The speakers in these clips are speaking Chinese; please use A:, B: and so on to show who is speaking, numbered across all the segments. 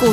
A: 股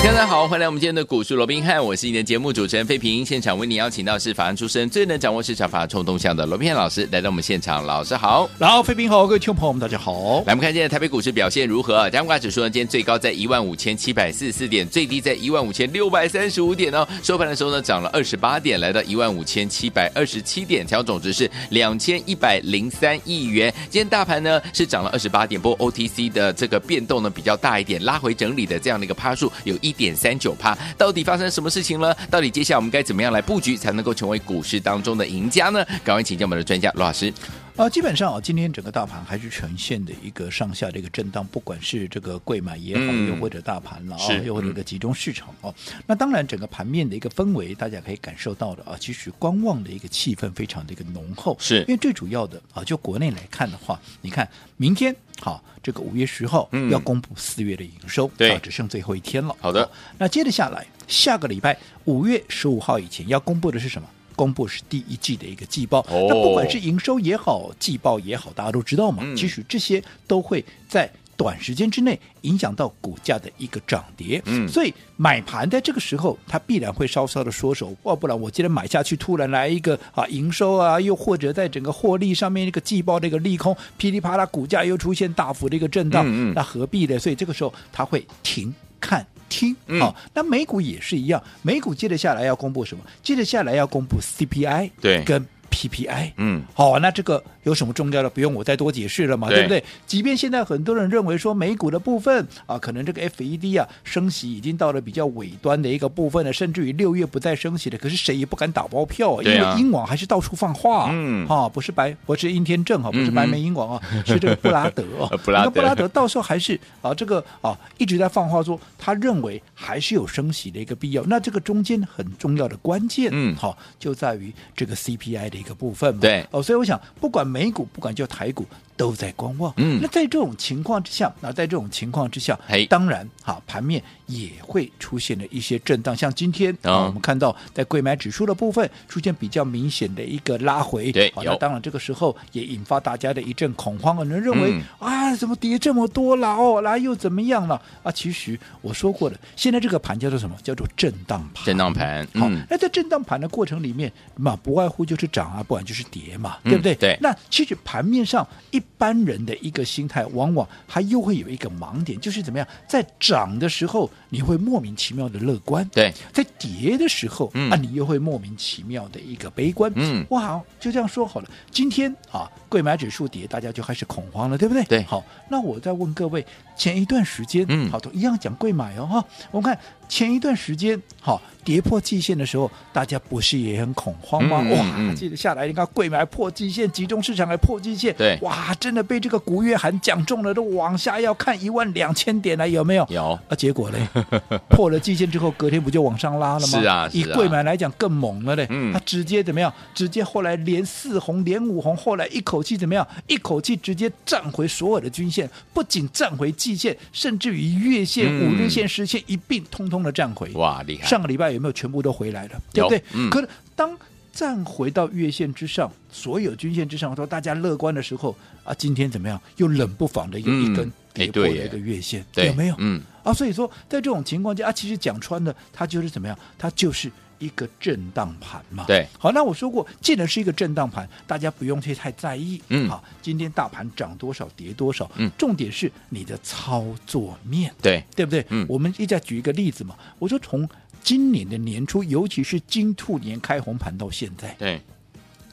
B: 大家好，欢迎来我们今天的股市罗宾汉，我是你的节目主持人费平。现场为你邀请到是法案出身、最能掌握市场法冲动向的罗宾汉老师来到我们现场，老师好。
C: 然后，飞平好，各位听众朋友们，大家好。
B: 来，我们看现在台北股市表现如何？加权指数呢，今天最高在15,744点，最低在15,635点哦。收盘的时候呢，涨了28点，来到15,727点，调总值是2,103亿元。今天大盘呢是涨了28点，不过 OTC 的这个变动呢比较大一点，拉回整理的这样的一个趴数有1.39趴。到底发生什么事情呢？到底接下来我们该怎么样来布局才能够成为股市当中的赢家呢？赶快请教我们的专家罗老师。
C: 呃，基本上啊，今天整个大盘还是呈现的一个上下的一个震荡，不管是这个贵买也好，
B: 嗯
C: 又或者大盘了啊
B: 是，嗯
C: 又或者一个集中市场哦。那当然，整个盘面的一个氛围，大家可以感受到的啊，其实观望的一个气氛非常的一个浓厚，
B: 是
C: 因为最主要的啊，就国内来看的话，你看明天好，这个五月十号
B: 嗯
C: 要公布四月的营收，
B: 对
C: 啊只剩最后一天了。
B: 好的
C: 那接着下来，下个礼拜五月十五号以前要公布的是什么？公布是第一季的一个季报，
B: 哦
C: 那不管是营收也好，季报也好，大家都知道嘛。
B: 嗯
C: 其实这些都会在短时间之内影响到股价的一个涨跌。
B: 嗯
C: 所以买盘在这个时候，它必然会稍稍的缩手，要不然我今天买下去，突然来一个啊营收啊，又或者在整个获利上面一个季报的一个利空，噼里啪啦，股价又出现大幅的一个震荡，
B: 嗯嗯
C: 那何必呢？所以这个时候它会停看。听
B: 嗯
C: 好、那美股也是一样，美股接着下来要公布什么？接着下来要公布 CPI，
B: 对
C: 跟 PPI，
B: 嗯，
C: 好、那这个有什么重要的？不用我再多解释了嘛，
B: 对
C: 对不对？即便现在很多人认为说美股的部分啊，可能这个 FED 啊升息已经到了比较尾端的一个部分了，甚至于六月不再升息了，可是谁也不敢打包票、因
B: 对啊
C: 为英王还是到处放话、啊，
B: 嗯
C: 啊，不是白，不是阴天正哈，不
B: 嗯
C: 是
B: 哼
C: 白眉英王啊，是这个布拉德
B: 呃
C: 哦，
B: 布拉德
C: 那布拉德到时候还是啊这个啊一直在放话说他认为还是有升息的一个必要，那这个中间很重要的关键，
B: 嗯
C: 好、就在于这个 CPI 的一个部分嘛，
B: 对
C: 哦，所以我想，不管美股，不管叫台股，都在观望。
B: 嗯
C: 那在这种情况之下，那在这种情况之下
B: 嘿，
C: 当然，哈，盘面也会出现了一些震荡。像今天
B: 哦
C: 啊，我们看到在贵买指数的部分出现比较明显的一个拉回，
B: 对
C: 好
B: 有
C: 那当然这个时候也引发大家的一阵恐慌，有人认为
B: 嗯
C: 啊，怎么跌这么多了哦，来又怎么样了啊？其实我说过了，现在这个盘叫做什么？叫做震荡盘。
B: 震荡盘，
C: 好
B: 嗯，，
C: 那在震荡盘的过程里面嘛，不外乎就是涨啊，不然就是跌嘛，
B: 嗯
C: 对不对？
B: 对
C: 那其实盘面上一般人的一个心态，往往他又会有一个盲点，就是怎么样，在涨的时候你会莫名其妙的乐观，
B: 对，
C: 在跌的时候、
B: 嗯
C: 啊，你又会莫名其妙的一个悲观。
B: 嗯
C: 哇，好，就这样说好了。今天啊，贵买指数跌，大家就开始恐慌了，对不对？
B: 对
C: 好，那我再问各位，前一段时间，
B: 嗯
C: 好，都一样讲贵买哦哈。我们看前一段时间，好，跌破季线的时候，大家不是也很恐慌吗？
B: 嗯嗯嗯
C: 哇，记得下来，你看贵买破季线，集中市场还破季线，
B: 对
C: 哇，真的被这个古月涵讲中了，都往下要看一万两千点了，有没有？
B: 有，
C: 啊，结果嘞， 破了季线之后，隔天不就往上拉了吗？
B: 是啊
C: 以
B: 是啊
C: 贵买来讲更猛了嘞，
B: 嗯
C: 它直接怎么样？直接后来连四红连五红，后来一口气怎么样？一口气直接站回所有的均线，不仅站回季线，甚至于月线、
B: 嗯
C: 五日线、十线一并通通的站回。
B: 哇，厉害，
C: 上个礼拜有没有全部都回来了？对不
B: 有
C: 对？
B: 嗯
C: 可是当站回到月线之上，所有均线之上，说大家乐观的时候啊，今天怎么样？又冷不防的有一根
B: 嗯哎
C: 跌破了
B: 对耶
C: 一个月线，
B: 对，
C: 有没有？
B: 嗯，
C: 啊，所以说在这种情况下啊，其实讲穿了，它就是怎么样？它就是一个震荡盘嘛。
B: 对，
C: 好，那我说过，既然是一个震荡盘，大家不用去太在意。
B: 嗯
C: 好，今天大盘涨多少，跌多少，
B: 嗯
C: 重点是你的操作面。
B: 对，
C: 对不对？
B: 嗯
C: 我们一再举一个例子嘛，我说从今年的年初，尤其是金兔年开红盘到现在，
B: 对，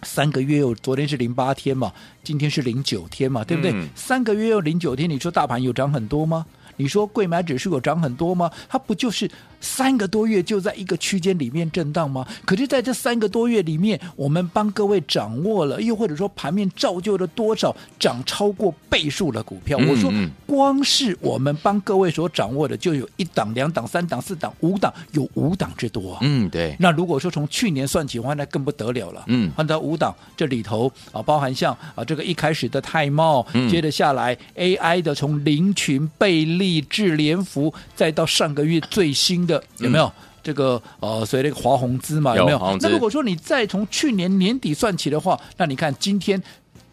C: 三个月又昨天是零八天嘛，今天是零九天嘛，对不对？
B: 嗯
C: 三个月又零九天，你说大盘有涨很多吗？你说贵买指数有涨很多吗？它不就是三个多月就在一个区间里面震荡吗？可是在这三个多月里面，我们帮各位掌握了，又或者说盘面造就了多少涨超过倍数的股票？
B: 嗯
C: 我说
B: 嗯，
C: 光是我们帮各位所掌握的，就有一档、两档、三档、四档、五档，有五档之多啊、
B: 嗯，对，
C: 那如果说从去年算起的话，那更不得了了。
B: 嗯
C: 换到五档这里头啊，包含像啊这个一开始的泰茂，
B: 嗯
C: 接着下来 AI 的从林群、贝利、智联福，再到上个月最新的有没有？这个呃，所谓的华宏资嘛，
B: 嗯有
C: 没有
B: 华宏？资
C: 那如果说你再从去年年底算起的话，那你看今天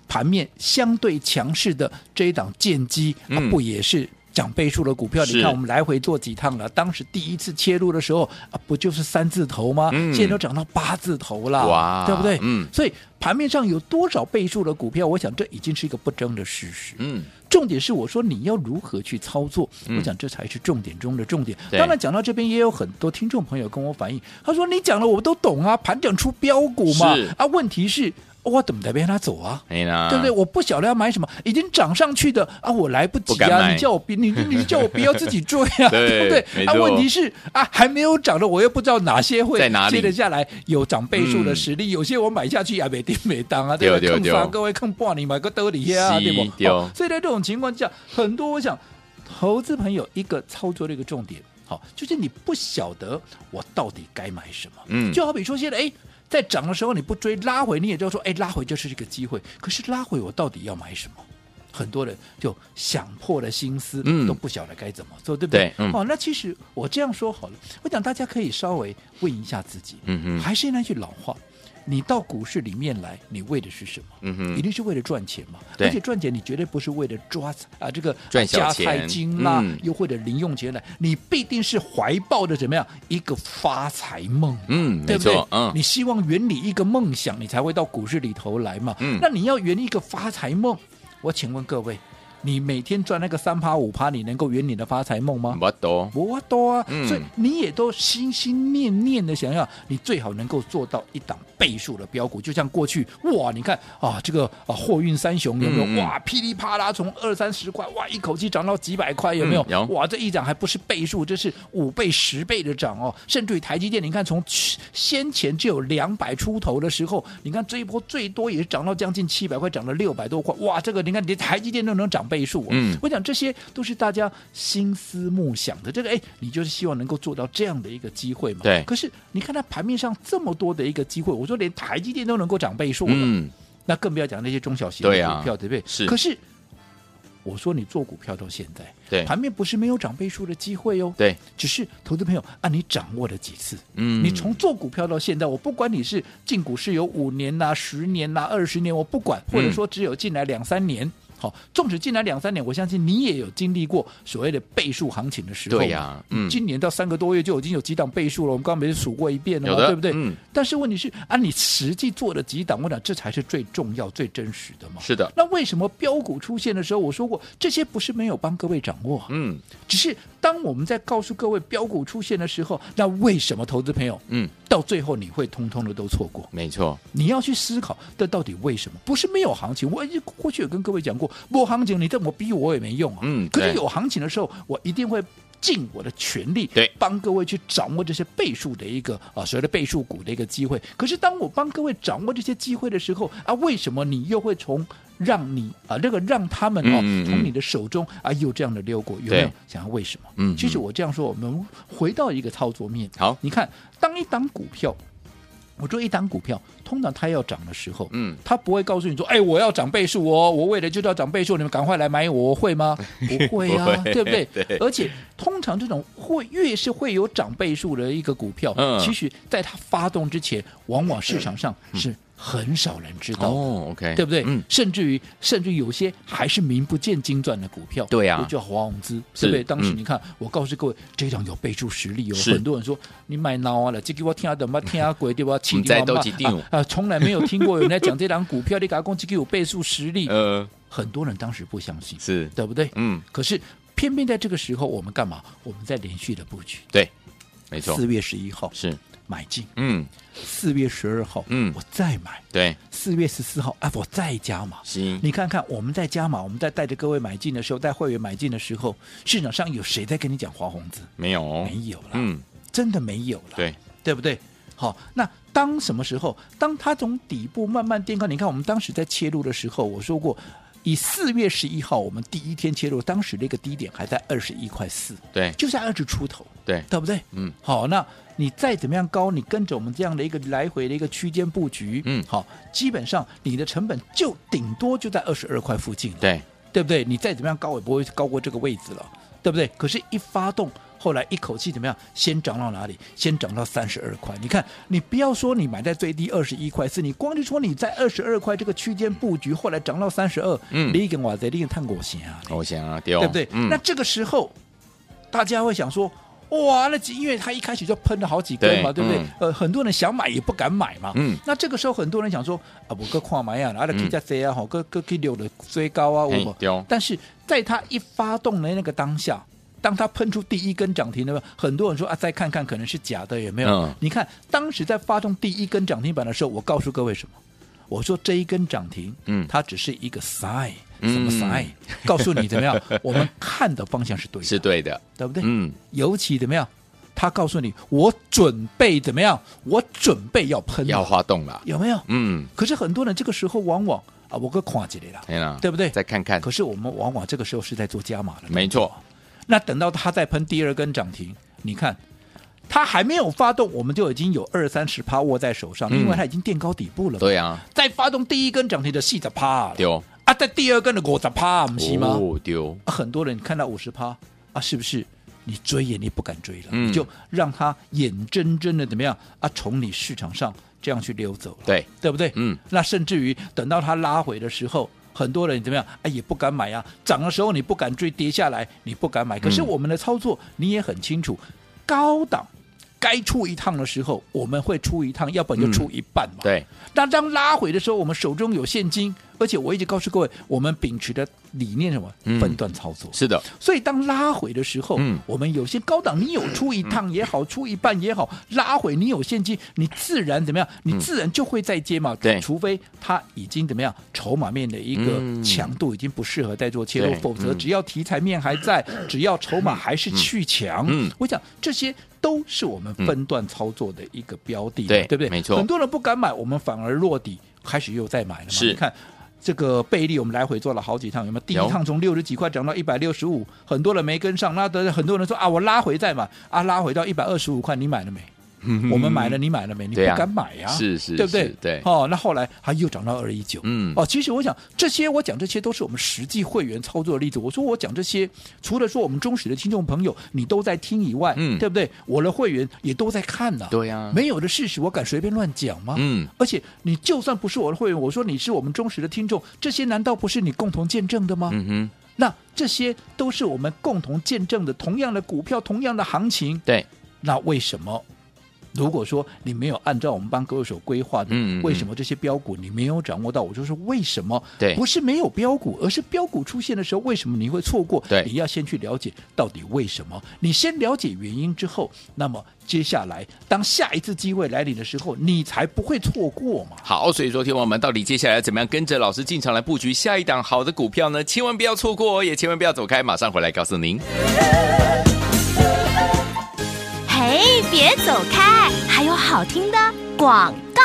C: 盘面相对强势的这一档剑机，它
B: 嗯
C: 不也是涨倍数的股票？
B: 是
C: 你看我们来回做几趟了？当时第一次切入的时候啊，不就是三字头吗？
B: 嗯
C: 现在都涨到八字头了，
B: 哇
C: 啊对不对？
B: 嗯
C: 所以盘面上有多少倍数的股票，我想这已经是一个不争的事实。
B: 嗯，
C: 重点是我说你要如何去操作，
B: 嗯
C: 我想这才是重点中的重点。
B: 对
C: 当然，讲到这边也有很多听众朋友跟我反映，他说你讲了我都懂啊，盘整出标股嘛
B: 是，
C: 啊，问题是我怎么得被他走啊？
B: 哎呀，
C: 对不对？？我不晓得要买什么，已经涨上去的啊，我来不及
B: 不敢
C: 啊！
B: 买
C: 你叫我别，你你叫我不要自己追 啊，
B: 对
C: 对不
B: 没
C: 对？啊，
B: 错
C: 问题是啊，还没有涨的，我又不知道哪些会
B: 在哪里
C: 接着下来有涨倍数的
B: 嗯
C: 实力，有些我买下去也没丁没当啊，对不
B: 对
C: 对？
B: 对
C: 坑
B: 对
C: 杀各位坑爆你买个兜里啊，
B: 是
C: 对不？
B: 对
C: 好所以在这种情况下，很多我想投资朋友一个操作的一个重点，好，就是你不晓得我到底该买什么。
B: 嗯，
C: 就好比说现在哎。在涨的时候你不追，拉回你也就说，哎，拉回就是一个机会。可是拉回我到底要买什么？很多人就想破了心思，
B: 嗯
C: 都不晓得该怎么做，对不对？
B: 对嗯
C: 哦，那其实我这样说好了，我想大家可以稍微问一下自己，
B: 嗯哼
C: 还是那句老话，你到股市里面来，你为的是什么？
B: 嗯
C: 一
B: 哼，
C: 定是为了赚钱嘛。
B: 对
C: 而且赚钱你绝对不是为了抓啊这个
B: 赚小
C: 加
B: 钱
C: 菜金啦、
B: 嗯
C: 又或者零用钱来，你必定是怀抱着怎么样一个发财梦。
B: 嗯，
C: 对
B: 没
C: 不对
B: 错，？嗯
C: 你，希望圆你一个梦想，你才会到股市里头来嘛。
B: 嗯
C: 那你要圆一个发财梦，我请问各位，你每天赚那个三趴五趴，你能够圆你的发财梦吗？
B: 我懂，
C: 我多啊，
B: 嗯
C: 所以你也都心心念念的想要，你最好能够做到一档倍数的标股，就像过去哇，你看啊，这个啊货运三雄有没有、
B: 嗯嗯
C: 哇噼里啪啦从二三十块哇一口气涨到几百块有没有？
B: 嗯有
C: 哇，这一涨还不是倍数，这是五倍十倍的涨哦，甚至于台积电，你看从去先前就有两百出头的时候，你看这一波最多也是涨到将近七百块，涨了六百多块，哇，这个你看连台积电都能涨倍数、哦，
B: 嗯
C: 我讲这些都是大家心思梦想的，这个哎，你就是希望能够做到这样的一个机会嘛。
B: 对
C: 可是你看它盘面上这么多的一个机会，我说连台积电都能够涨倍数了，
B: 嗯，
C: 那更不要讲那些中小型的
B: 对啊
C: 股票，对不对？
B: 是
C: 可是我说你做股票到现在，
B: 对，
C: 盘面不是没有涨倍数的机会哦，
B: 对，
C: 只是投资朋友按你掌握了几次。
B: 嗯，
C: 你从做股票到现在，我不管你是进股市有五年呐、十年呐、二十年，我不管，或者说只有进来两三年。
B: 嗯
C: 好，纵使进来两三年，我相信你也有经历过所谓的倍数行情的时候嘛。
B: 对呀嗯
C: 今年到三个多月就已经有几档倍数了，我们刚刚没数过一遍了
B: 有
C: 嘛，
B: 的
C: 对不对？
B: 嗯
C: 但是问题是，按、啊、你实际做的几档，我讲这才是最重要、最真实的嘛。
B: 是的，
C: 那为什么标股出现的时候，我说过这些不是没有帮各位掌握啊、
B: 嗯
C: 只是当我们在告诉各位标股出现的时候，那为什么投资朋友
B: 嗯，
C: 到最后你会通通的都错过？
B: 没错，
C: 你要去思考，这到底为什么？不是没有行情，我一过去也跟各位讲过，没有行情你这么逼我也没用啊。
B: 嗯
C: 可
B: 对
C: 是有行情的时候，我一定会。尽我的全力，
B: 对
C: 帮各位去掌握这些倍数的一个啊，所谓的倍数股的一个机会。可是当我帮各位掌握这些机会的时候啊，为什么你又会从让你啊，这个让他们哦，
B: 嗯嗯嗯
C: 从你的手中啊又这样的溜过？有没有
B: 对
C: 想要为什么？
B: 嗯嗯
C: 其实我这样说，我们回到一个操作面，
B: 好，
C: 你看，当一档股票，我说一档股票，通常它要涨的时候，
B: 嗯，
C: 它不会告诉你说，哎，我要涨倍数哦，我为了就是要涨倍数，你们赶快来买我，会 吗？不会啊，
B: 不会
C: 对不对？
B: 对
C: 而且通常这种会越是会有涨倍数的一个股票，
B: 嗯
C: 其实在它发动之前，往往市场上是很少人知道的。
B: 哦，OK，
C: 对不对？
B: 嗯，
C: 甚至于甚至有些还是名不见经传的股票，
B: 对啊
C: 就叫华宏资，
B: 是
C: 对不对？当时
B: 嗯
C: 你看，我告诉各位，这一档有倍数实力哦。
B: 是
C: 很多人说你买脑啊了，这个我听的妈听啊鬼对吧？气
B: 不知道
C: 到
B: 几张
C: 啊啊，从来没有听过有人在讲这档股票，你给他攻击给有倍数实力，
B: 呃，
C: 很多人当时不相信，
B: 是，
C: 对不对？
B: 嗯，
C: 可是偏偏在这个时候，我们干嘛？我们在连续的布局。
B: 对，没错，
C: 四月十一号
B: 是，
C: 买进，
B: 嗯，
C: 四月十二号，
B: 嗯
C: 我再买，
B: 对，
C: 四月十四号，啊，我再加码。
B: 行，
C: 你看看，我们在加码，我们在带着各位买进的时候，带会员买进的时候，市场上有谁在跟你讲华宏资？
B: 没有，
C: 没有啦，
B: 嗯，
C: 真的没有了，
B: 对，
C: 对不对？好，那当什么时候？当它从底部慢慢垫高，你看我们当时在切入的时候，我说过，以四月十一号我们第一天切入，当时那个低点还在二十一块四，
B: 对，
C: 就在二十出头，
B: 对，
C: 对不对？
B: 嗯，
C: 好，那你再怎么样高，你跟着我们这样的一个来回的一个区间布局，
B: 嗯
C: 好，基本上你的成本就顶多就在二十二块附近了，
B: 对，
C: 对不对？你再怎么样高也不会高过这个位置了，对不对？可是，一发动，后来一口气怎么样？先涨到哪里？先涨到三十二块。你看，你不要说你买在最低二十一块四，你光就说你在二十二块这个区间布局，后来涨到三十二，
B: 嗯
C: 你跟我在另探过险啊，
B: 我想啊，对哦，
C: 对不对？
B: 嗯
C: 那，这个时时候，大家会想说。哇，那因为它一开始就喷了好几根嘛，
B: 对
C: 对不对
B: 嗯？
C: 呃，很多人想买也不敢买嘛。
B: 嗯
C: 那这个时候很多人想说啊，我个跨买啊，拿了 K 加 Z 啊，好，个个 K 六的追高啊，我
B: 嘿对哦
C: 但是在它一发动的那个当下，当它喷出第一根涨停的，很多人说啊，再看看可能是假的，有没有？
B: 嗯
C: 你看当时在发动第一根涨停板的时候，我告诉各位什么？我说这一根涨停，
B: 嗯
C: 它只是一个 sign，
B: 嗯
C: 什么 sign？、告 诉你 怎么样？我们看的方向是对的，
B: 是对的，
C: 对不对？
B: 嗯，
C: 尤其怎么样？他告诉你，我准备怎么样？我准备要喷了，
B: 要花动了，
C: 有没有？
B: 嗯，
C: 可是很多人这个时候往往啊，我个跨起来了，
B: 天哪，
C: 对不对？
B: 再看看，
C: 可是我们往往这个时候是在做加码的，
B: 没错，
C: 那等到它再喷第二根涨停，你看它还没有发动，我们就已经有二三十趴握在手上，
B: 嗯
C: 因为它已经垫高底部了嘛。
B: 对啊，
C: 再发动第一根涨停的四十趴，
B: 对哦，
C: 啊，在第二根的五十趴，不是吗？
B: 哦，丢，
C: 啊很多人看到五十趴啊，是不是？你追也你不敢追了，
B: 嗯
C: 你就让它眼睁睁的怎么样啊，从你市场上这样去溜走了，
B: 对，
C: 对不对？
B: 嗯，
C: 那甚至于等到它拉回的时候，很多人怎么样？哎，也不敢买呀、涨的时候你不敢追，跌下来你不敢买。可是
B: 嗯
C: 我们的操作你也很清楚，高档该出一趟的时候，我们会出一趟，要不然就出一半嘛。
B: 嗯对，
C: 那当拉回的时候，我们手中有现金，而且我一直告诉各位，我们秉持的理念是什么？
B: 嗯
C: 分段操作。
B: 是的，
C: 所以当拉回的时候，
B: 嗯
C: 我们有些高档你有出一趟也好，出一半也好，拉回你有现金，你自然怎么样？你自然就会再接嘛。
B: 嗯对
C: 除非它已经怎么样，筹码面的一个
B: 嗯
C: 强度已经不适合再做切入，
B: 对
C: 否则
B: 嗯
C: 只要题材面还 在，只要筹码还是去强，
B: 嗯
C: 我想这些。都是我们分段操作的一个标的嘛，
B: 对
C: 对不对？
B: 没错
C: 很多人不敢买，我们反而落底，开始又在买了嘛。
B: 是
C: 你看这个贝利，我们来回做了好几趟，有没有？第一
B: 有
C: 趟从六十几块涨到一百六十五，很多人没跟上，那等很多人说啊，我拉回再买，啊，拉回到一百二十五块，你买了没？ 我们买了，你买了没？你不
B: 嗯对啊
C: 敢买呀、
B: 是是
C: 对不对
B: 是？对
C: 哦，那后来它又涨到二一九，
B: 嗯
C: 哦，其实我想这些，我讲这些都是我们实际会员操作的例子。我说我讲这些，除了说我们忠实的听众朋友你都在听以外，
B: 嗯
C: 对不对？我的会员也都在看呐、
B: 对呀
C: 没有啊的事实我敢随便乱讲吗？
B: 嗯，
C: 而且你就算不是我的会员，我说你是我们忠实的听众，这些难道不是你共同见证的吗？
B: 嗯哼，
C: 那这些都是我们共同见证的，同样的股票，同样的行情，
B: 对，
C: 那为什么？如果说你没有按照我们帮各位所规划的，
B: 嗯嗯嗯
C: 为什么这些标股你没有掌握到？我就说为什么？
B: 对
C: 不是没有标股，而是标股出现的时候，为什么你会错过？
B: 对
C: 你要先去了解到底为什么。你先了解原因之后，那么接下来当下一次机会来临的时候，你才不会错过嘛。
B: 好，所以说，天王们到底接下来怎么样跟着老师进场来布局下一档好的股票呢？千万不要错过哦，也千万不要走开，马上回来告诉您。
A: 嘿，别走开，还有好听的广告。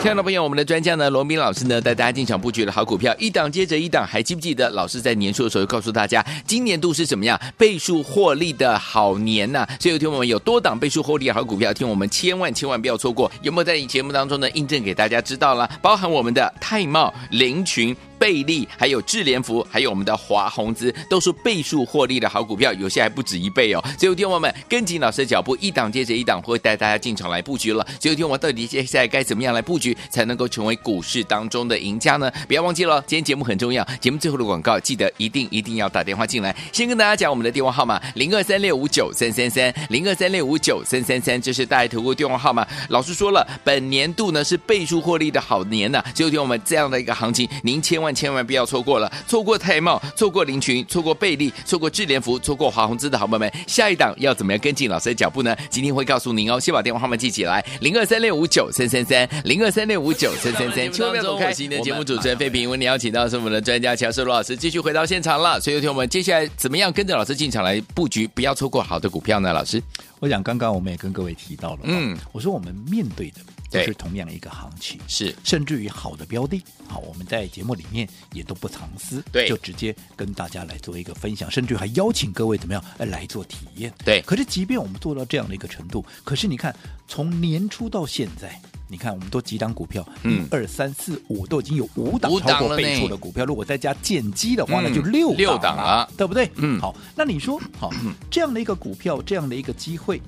B: 亲爱的朋友，我们的专家呢，罗明老师呢，带大家进场布局的好股票，一档接着一档，还记不记得老师在年初的时候告诉大家，今年度是怎么样倍数获利的好年呐、所以有听我们有多档倍数获利的好股票，听我们千万千万不要错过。有没有在你节目当中呢印证给大家知道了？包含我们的泰茂、林群。贝利，还有智联福，还有我们的华宏资，都是倍数获利的好股票，有些还不止一倍哦。所以，听众朋友们跟紧老师的脚步，一档接着一档，会带大家进场来布局了。所以，听我到底接下来该怎么样来布局，才能够成为股市当中的赢家呢？不要忘记了，今天节目很重要，节目最后的广告记得一定一定要打电话进来。先跟大家讲我们的电话号码：零二三六五九三三三，零二三六五九三三三，这是大爱投顾电话号码。老师说了，本年度呢是倍数获利的好年呐、所以，听我们这样的一个行情，您千万。万千万不要错过了，错过泰茂，错过林群，错过贝利，错过智联福，错过华宏资的好朋友们，下一档要怎么样跟进老师的脚步呢？今天会告诉您哦，先把电话号码记起来，零二三六五九三三三，零二三六五九三三三，千万不要走开。我是您的节目主持人费平，为您邀请到是我们的专家乔世罗老师，继续回到现场了。所以，有听我们接下来怎么样跟着老师进场来布局，不要错过好的股票呢？老师，
C: 我想刚刚我们也跟各位提到了，
B: 嗯
C: 嗯，我说我们面对的就
B: 对
C: 是同样一个行情，
B: 是
C: 甚至于好的标的，好，我们在节目里面也都不藏私，
B: 对
C: 就直接跟大家来做一个分享，甚至于还邀请各位怎么样，呃来做体验。
B: 对
C: 可是即便我们做到这样的一个程度，可是你看，从年初到现在。你看，我们都几档股票，
B: 嗯
C: 一二三四五都已经有五档
B: 五档了
C: 超过
B: 呢
C: 倍数的股票，如果再加建机的话，那
B: 嗯
C: 就六档啊
B: 六档了
C: 对不对？
B: 嗯
C: 好，那你说，好，这样的一个股票，这样的一个机会，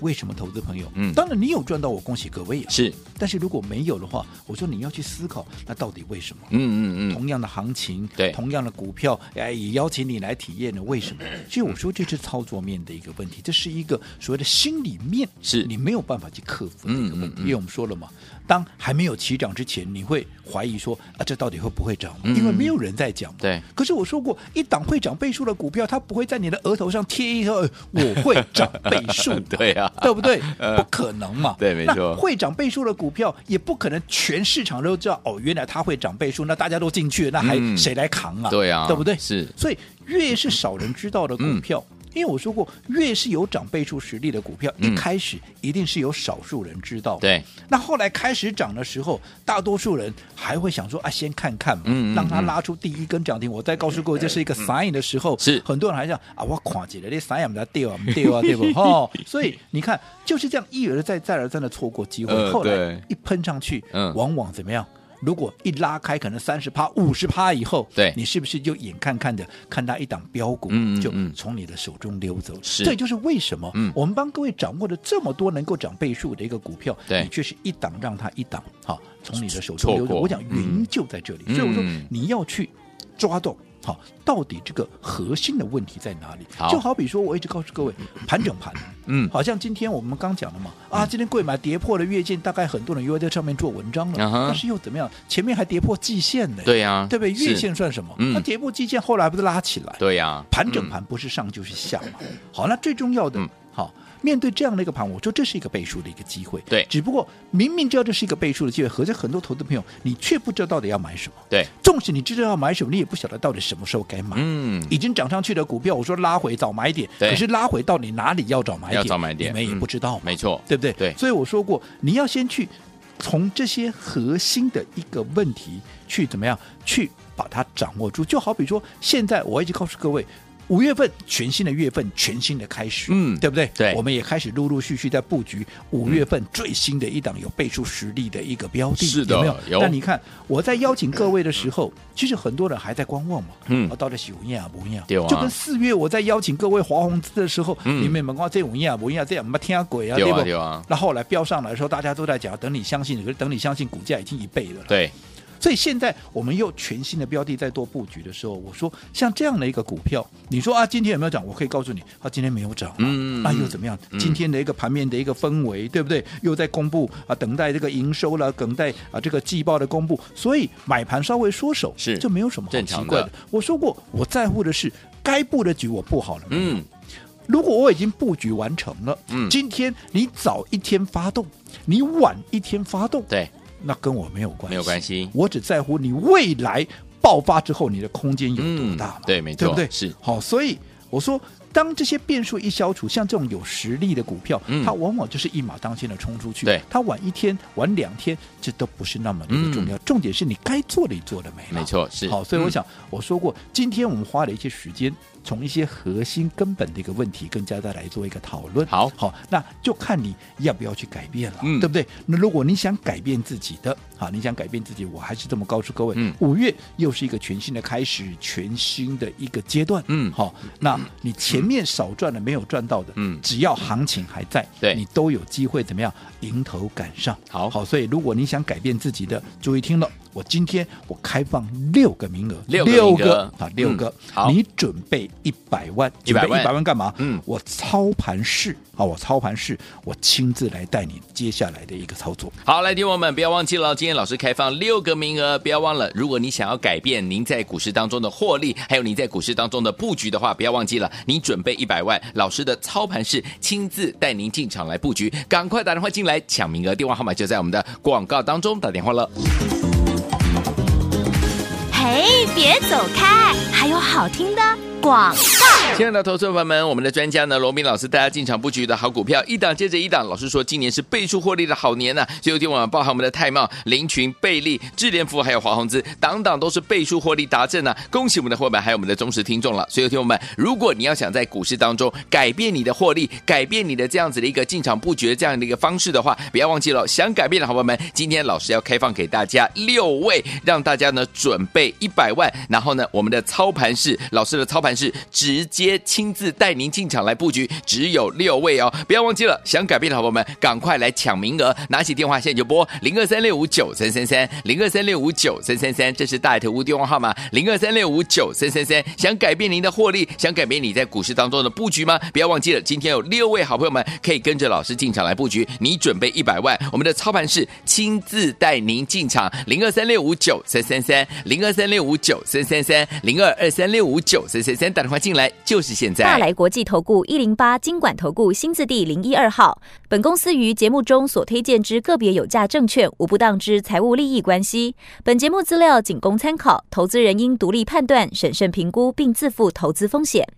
C: 为什么投资朋友？
B: 嗯
C: 当然你有赚到，我恭喜各位啊。
B: 是，
C: 但是如果没有的话，我说你要去思考，那到底为什么？
B: 嗯嗯嗯，
C: 同样的行情，
B: 对
C: 同样的股票，哎，也邀请你来体验了。为什么？
B: 嗯
C: 其实我说这是操作面的一个问题，这是一个所谓的心里面，
B: 是
C: 你没有办法去克服的一个问题。
B: 嗯嗯嗯
C: 因为我们说了嘛，当还没有起涨之前，你会怀疑说啊，这到底会不会涨嘛？
B: 嗯
C: 因为没有人在讲嘛。
B: 对。
C: 可是我说过，一档会涨倍数的股票，它不会在你的额头上贴一个“我会涨倍数”
B: 对啊，
C: 对不对？
B: 呃
C: 不可能嘛。
B: 对没错
C: 那会涨倍数的股票，也不可能全市场都知道哦，原来它会涨倍数，那大家都进去了，那还
B: 嗯
C: 谁来扛啊？
B: 对啊
C: 对不对？
B: 是嗯
C: 所以越是少人知道的股票。因为我说过，越是有涨倍数实力的股票，
B: 嗯
C: 一开始一定是有少数人知道。
B: 对，
C: 那后来开始涨的时候，大多数人还会想说啊，先看看嘛，
B: 嗯嗯
C: 让它
B: 嗯
C: 拉出第一根涨停。我再告诉各位，这是一个 sign 的时候，
B: 是
C: 很多人还想啊，我垮起来，这 sign 也不知道掉啊，不掉啊，对不？哦，所以你看就是这样一而再再而三的错过机会，
B: 呃
C: 后来
B: 对
C: 一喷上去，
B: 嗯
C: 往往怎么样？如果一拉开，可能三十趴、五十趴以后，
B: 对
C: 你是不是就眼看看的看它一档标股
B: 嗯嗯
C: 就
B: 嗯
C: 从你的手中溜走？
B: 是
C: 这就是为什么
B: 嗯
C: 我们帮各位掌握了这么多能够涨倍数的一个股票，
B: 对
C: 你却是一档让它一档好从你的手
B: 错
C: 中溜走。
B: 过
C: 我讲原因
B: 嗯
C: 就在这里，
B: 嗯
C: 所以我说你要去抓到。好，到底这个核心的问题在哪里？
B: 好
C: 就好比说，我一直告诉各位，盘整盘，
B: 嗯，
C: 好像今天我们刚讲了嘛，啊，今天贵买跌破了月线，大概很多人又在上面做文章了，
B: 啊哈
C: 但是又怎么样？前面还跌破季线呢，、
B: 对呀，
C: 对不对？
B: 是
C: 月线算什么？
B: 嗯
C: 它跌破季线，后来不是拉起来？
B: 对呀，
C: 盘整
B: 嗯
C: 盘不是上就是下嘛。好，那最重要的
B: 嗯，
C: 好，面对这样的一个盘，我说这是一个倍数的一个机会。
B: 对
C: 只不过明明知道这是一个倍数的机会，可是很多投资朋友你却不知道到底要买什么。
B: 嗯对，
C: 纵使你知道要买什么，你也不晓得到底什么时候该买。
B: 嗯，
C: 已经涨上去的股票，我说拉回早买点，
B: 对
C: 可是拉回到底哪里要找买点？
B: 要找买点
C: 你们也
B: 嗯
C: 不知道嘛，
B: 没错，
C: 对不对？
B: 对
C: 所以我说过，你要先去从这些核心的一个问题去怎么样去把它掌握住。就好比说，现在我一直告诉各位。五月份全新的月份，全新的开始，
B: 嗯
C: 对不对？
B: 对
C: 我们也开始陆陆续续在布局五月份最新的一档有倍数实力的一个标的，
B: 是的
C: 有没有？
B: 有
C: 那你看，我在邀请各位的时候，其实很多人还在观望嘛，
B: 嗯
C: 啊，到底喜欢啊不厌啊
B: 对啊
C: 就跟四月我在邀请各位华宏资的时候，
B: 嗯
C: 你们有没有看到这五厌啊不厌啊，这样没听鬼啊，
B: 有啊
C: 不？
B: 有啊，
C: 那后来飙上来的时候，大家都在讲，等你相信，可是等你相信，股价已经一倍了。，
B: 对，
C: 所以现在我们又全新的标的在做布局的时候，我说像这样的一个股票，你说啊，今天有没有涨？我可以告诉你，它、今天没有涨、啊
B: 嗯
C: 那又怎么样？
B: 嗯
C: 今天的一个盘面的一个氛围，对不对？又在公布啊，等待这个营收了，等待啊这个季报的公布，所以买盘稍微缩手
B: 是
C: 就没有什么好
B: 正
C: 奇
B: 常
C: 怪
B: 的
C: 的。我说过，我在乎的是该布的局我布好了没有
B: 嗯，
C: 如果我已经布局完成了，
B: 嗯
C: 今天你早一天发动，你晚一天发动，
B: 对，
C: 那跟我没有关系，
B: 没有关系
C: 我只在乎你未来爆发之后你的空间有多大嘛，
B: 嗯对没错
C: 对不对？
B: 是
C: 好，所以我说。当这些变数一消除，像这种有实力的股票，
B: 嗯
C: 它往往就是一马当先的冲出去。
B: 对
C: 它晚一天、晚两天，这都不是那么的一个重要。重点是你该做的你做了没嘛？
B: 嗯没错，是
C: 好，所以我
B: 嗯
C: 想、我说过，今天我们花了一些时间，从一些核心根本的一个问题跟大家来做一个讨论。
B: 好
C: 好，那就看你要不要去改变了，
B: 嗯
C: 对不对？那如果你想改变自己的，好，你想改变自己，我还是这么告诉各位
B: 嗯，
C: 五、月又是一个全新的开始，全新的一个阶段。
B: 嗯
C: 好，那你前面少赚的、没有赚到的，
B: 嗯
C: 只要行情还在，
B: 对
C: 你都有机会怎么样迎头赶上。
B: 好
C: 好，所以如果你想改变自己的，注意听了，我今天我开放六个名额，
B: 六个名额
C: 啊
B: 嗯，
C: 六个。
B: 好
C: 你准备一百万，准备
B: 100万
C: 一百万干嘛？
B: 嗯
C: 我操盘式啊，我操盘式，我亲自来带你接下来的一个操作。
B: 好，来，听众朋友们，不要忘记了，今天老师开放六个名额，不要忘了。如果你想要改变您在股市当中的获利，还有您在股市当中的布局的话，不要忘记了，你准备一百万，老师的操盘是亲自带您进场来布局，赶快打电话进来抢名额，电话号码就在我们的广告当中，打电话了。
A: 嘿，别走开，还有好听的广。
B: 亲爱的投资者朋友们，我们的专家呢，罗明老师带大家进场布局的好股票，一档接着一档。老师说，今年是倍数获利的好年啊呐、所以有天我们包含我们的泰茂、林群、贝利、智联福还有华宏资，档档都是倍数获利达阵呐、恭喜我们的伙伴还有我们的忠实听众了。所以有天我们，如果你要想在股市当中改变你的获利，改变你的这样子的一个进场布局的这样的一个方式的话，不要忘记了，想改变的好朋友们，今天老师要开放给大家六位，让大家呢准备一百万，然后呢，我们的操盘是老师的操盘是直接亲自带您进场来布局，只有六位哦，不要忘记了，想改变的好朋友们，赶快来抢名额，拿起电话现在就拨零二三六五九三三三零二三六五九三三三，这是大头屋电话号码零二三六五九三三三，想改变您的获利，想改变你在股市当中的布局吗？不要忘记了，今天有六位好朋友们可以跟着老师进场来布局，你准备一百万，我们的操盘是亲自带您进场，零二三六五九三三三，零二三六五九三三三，零二二三六五九三三三，打电话进来就是现在。
D: 大来国际投顾一零八金管投顾新字第零一二号。本公司于节目中所推荐之个别有价证券，无不当之财务利益关系。本节目资料仅供参考，投资人应独立判断、审慎评估，并自负投资风险。